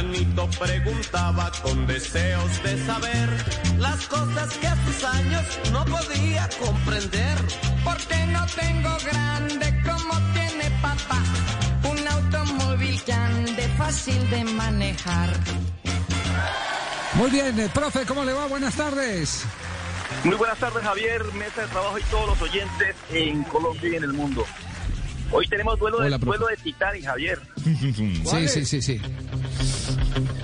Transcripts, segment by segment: Juanito preguntaba con deseos de saber las cosas que a sus años no podía comprender. Porque no tengo grande como tiene papá. Un automóvil que ande fácil de manejar. Muy bien, eh, profe, ¿cómo le va? Buenas tardes. Muy buenas tardes, Javier, mesa de trabajo y todos los oyentes en Colombia y en el mundo. Hoy tenemos duelo, Hola, de, profe. duelo de Titanic, Javier. Sí, sí, sí, sí.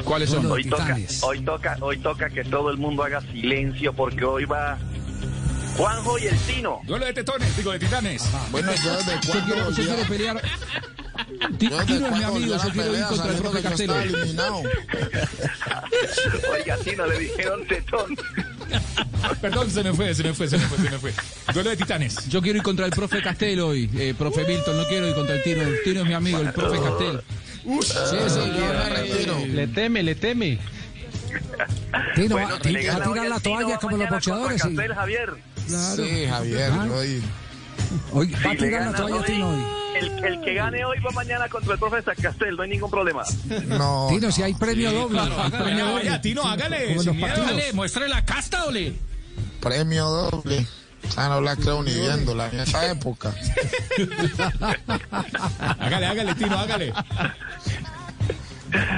¿Cuáles son? Hoy toca, Titanes. hoy toca, hoy toca que todo el mundo haga silencio porque hoy va Juanjo y el Tino. Duelo de tetones, digo, de titanes. Bueno, yo Yo desde quiero, cuándo yo quiero volví pelear. Ti- a- yo desde Tino es mi cuándo volví amigo, a yo las quiero ir peleas contra el sabiendo profe que yo estaba Castelo. eliminado? Oiga, Tino, le dijeron tetón. Perdón, se me fue, se me fue, se me fue, se me fue. Duelo de titanes. Yo quiero ir contra el profe Castelo hoy, eh, profe Milton, no quiero ir contra el Tino. El Tino es mi amigo, el profe Castelo. Sí, sí, yo me retiro. Le teme, le teme. Tino, Bueno, va- si le va gana a hoy tirar la el Tino, toalla va como los mañana contra boxeadores. sí. Castel, Javier. Claro. Sí, Javier, Ah, yo ahí- hoy va a Si le tirar la gana toalla hoy, Tino hoy. El, el que gane hoy va mañana contra el profe Castel, no hay ningún problema. No. Tino, si hay premio doble. Hágale, vaya, Tino, hágale. Como Sin los miedo. partidos. Hágale, muéstrale la casta, ole. Premio doble. Ah, no la creo ni viéndola en esa época. Hágale, hágale, Tino, hágale.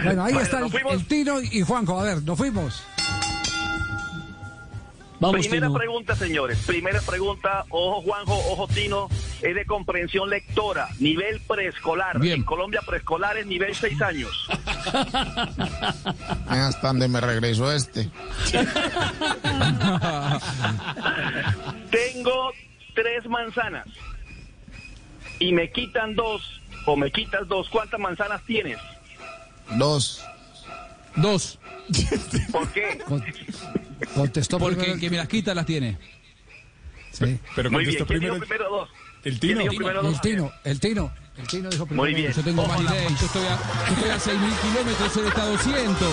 Bueno, ahí Bueno, está nos el, fuimos. el Tino y Juanjo. A ver, nos fuimos. Vamos, Primera Tino. pregunta, señores. Primera pregunta, ojo Juanjo, ojo Tino, es de comprensión lectora, nivel preescolar. Bien. En Colombia preescolar es nivel 6 años. Ah, Hasta donde me regresó este. Tengo tres manzanas y me quitan dos o me quitas dos. ¿Cuántas manzanas tienes? Dos. Dos. ¿Por qué? Con- contestó Porque primero el que me las quita las tiene. Sí. Pero Muy bien. contestó ¿Quién dijo primero primero dos? ¿Quién el Tino. dijo primero El dos? Tino, el Tino. El Tino dijo primero. Muy bien. Yo tengo más Ojalá. idea. Yo estoy a, yo estoy a 6.000 kilómetros, él está a 200.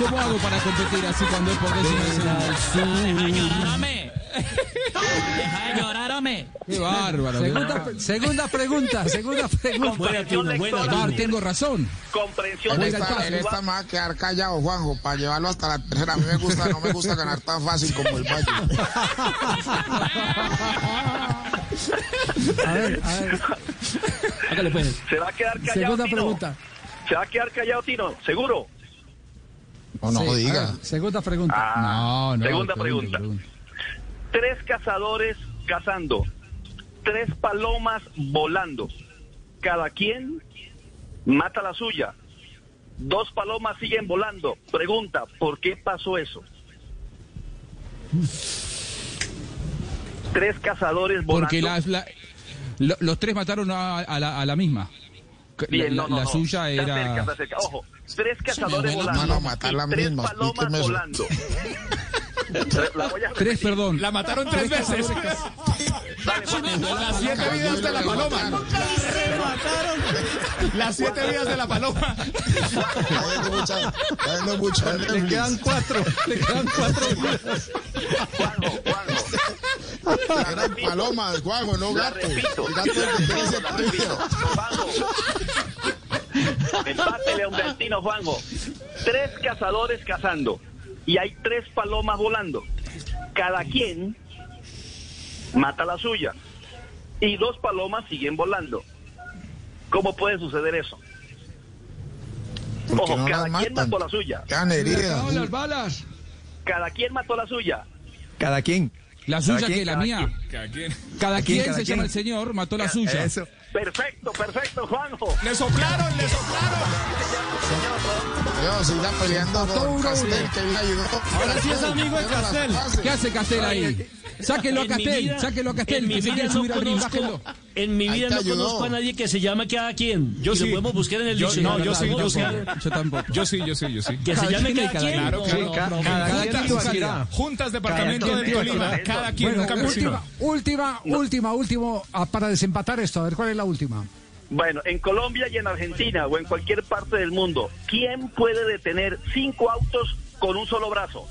¿Cómo hago para competir así cuando es por décima vez en Deja llorarme. Deja llorarme. Qué bárbaro. qué bárbaro. Segunda, pregunta, segunda pregunta. Comprensión Buena, Tino, lectora. buena, Claro, Ah, tengo razón. Comprensión En Oiga, esta, entonces, en lectora. esta me va a quedar callado, Juanjo, para llevarlo hasta la tercera. A mí me gusta, no me gusta ganar tan fácil como el Valle. A ver, a ver. Hágale, pues. Se va a quedar callado. Segunda Tino. pregunta. Se va a quedar callado, Tino, seguro. No, no Sí, a diga. ver, segunda pregunta. Ah, no, no. segunda pregunte, pregunta. Tres cazadores cazando, tres palomas volando. Cada quien mata la suya. Dos palomas siguen volando. Pregunta, ¿por qué pasó eso? Tres cazadores volando. Porque las- la- lo- los tres mataron a, a la, a la misma. La- Bien, la, no, no, la no. suya Está cerca, era. está cerca. Ojo, tres cazadores me voy la volando. mano a matar y la tres misma, palomas explíqueme eso. volando. La voy a Tres, repetir. perdón. La mataron tres veces. Dale, Juanjo. Las siete vidas de la paloma. Las siete vidas de la paloma. Está viendo mucha- está viendo mucho Netflix. cuatro. Le quedan cuatro. Juanjo, Juanjo. Eran palomas, Juanjo, no La gato. repito. El gato es el que tiene ese La repito. premio. Juanjo. Empátele a un destino, Juanjo. Tres cazadores cazando y hay tres palomas volando. Cada quien mata la suya y dos palomas siguen volando. ¿Cómo puede suceder eso? Porque Ojo, no cada las quien matan. mató la suya. Quedan heridas. las balas! Cada quien mató la suya. Cada quien. La suya Cada quien, que la cada mía. ¿A quién? Cada quien, quien, cada se quien. llama el señor, mató la suya. Eso. Perfecto, perfecto, Juanjo. Le soplaron, le soplaron. Yo siga peleando Empató con uno, Castel, uno. que le ayudó. Ahora sí es amigo de Pero las Castel. pases. ¿Qué hace Castel ahí? Sáquenlo a En mi Castel, vida- sáquenlo a En Castel, que mi se vida quiere no subir arriba, conozco, bájenlo. en mi Ahí vida te no ayudó. conozco a nadie que se llame cada quien. Yo y sí. lo podemos buscar en el Yo- diccionario. no, yo sí, Yo Podemos sí. buscar yo tampoco. Yo sí, yo sí, yo sí. Que se llame cada quien. Claro, claro. Cada- cada cada quien quien su calidad. Juntas departamento de Tolima. Cada quien Bueno, un campesino. última, última, última, último, ah, para desempatar esto, a ver cuál es la última. Bueno, en Colombia y en Argentina o en cualquier parte del mundo, ¿quién puede detener cinco autos con un solo brazo?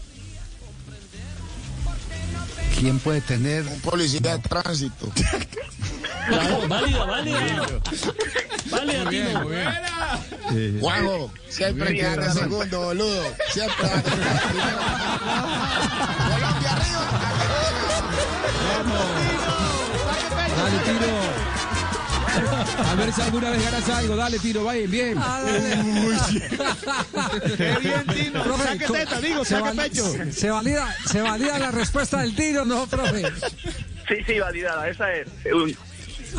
¿Quién puede tener Un policía de tránsito. Claro, válida, válida. Válida, Tino. Juanjo, siempre quedaste segundo, boludo. Siempre vas a quedar primero. Colombia arriba, Argentina. Dale, tiro. A ver si alguna vez ganas algo. Dale, tiro, vayan bien. Qué bien, Tino. saque teta, digo, saque pecho. Se valida, se valida la respuesta del tiro, ¿no, profe? Sí, sí, validada, esa es. Un,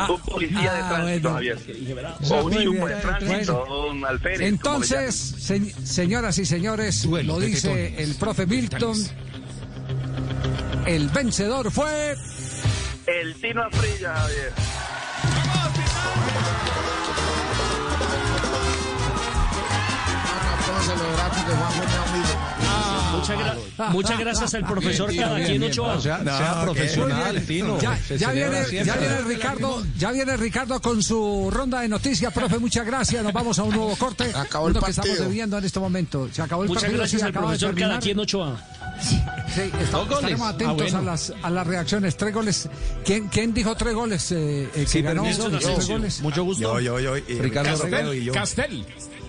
un policía de ah, bueno. tránsito, Javier. Ah, O un muy yumbo de bien. tránsito, Bueno. un alférez. como le Entonces, se- señoras y señores, Duelo lo de dice tetones. el profe Milton. El vencedor fue. llaman. El Tino Afrilla, Javier. Ahora pónselo gratis que Juanjo es mi amigo. Muchas, gra- muchas gracias al profesor Bien, bien, Cadaquien bien, Ochoa. sea profesional, Tino. Ya, Se ya celebra viene, siempre. ya viene Ricardo, ya viene Ricardo con su ronda de noticias, profe, muchas gracias. Nos vamos a un nuevo corte. Acabó el uno que partido. estamos debiendo en este momento. Se acabó el Muchas partido. gracias sí, al acaba de profesor terminar. Cadaquien Ochoa. Sí, está- Dos goles. estaremos atentos Ah, bueno. a, las, a las reacciones. Tres goles. ¿Quién, quién dijo tres goles? eh, eh, que ganó? permiso, Tres Asensio. goles. Mucho gusto. Yo, yo, yo. y Ricardo Rivero Rivero y Castel, yo. Castel.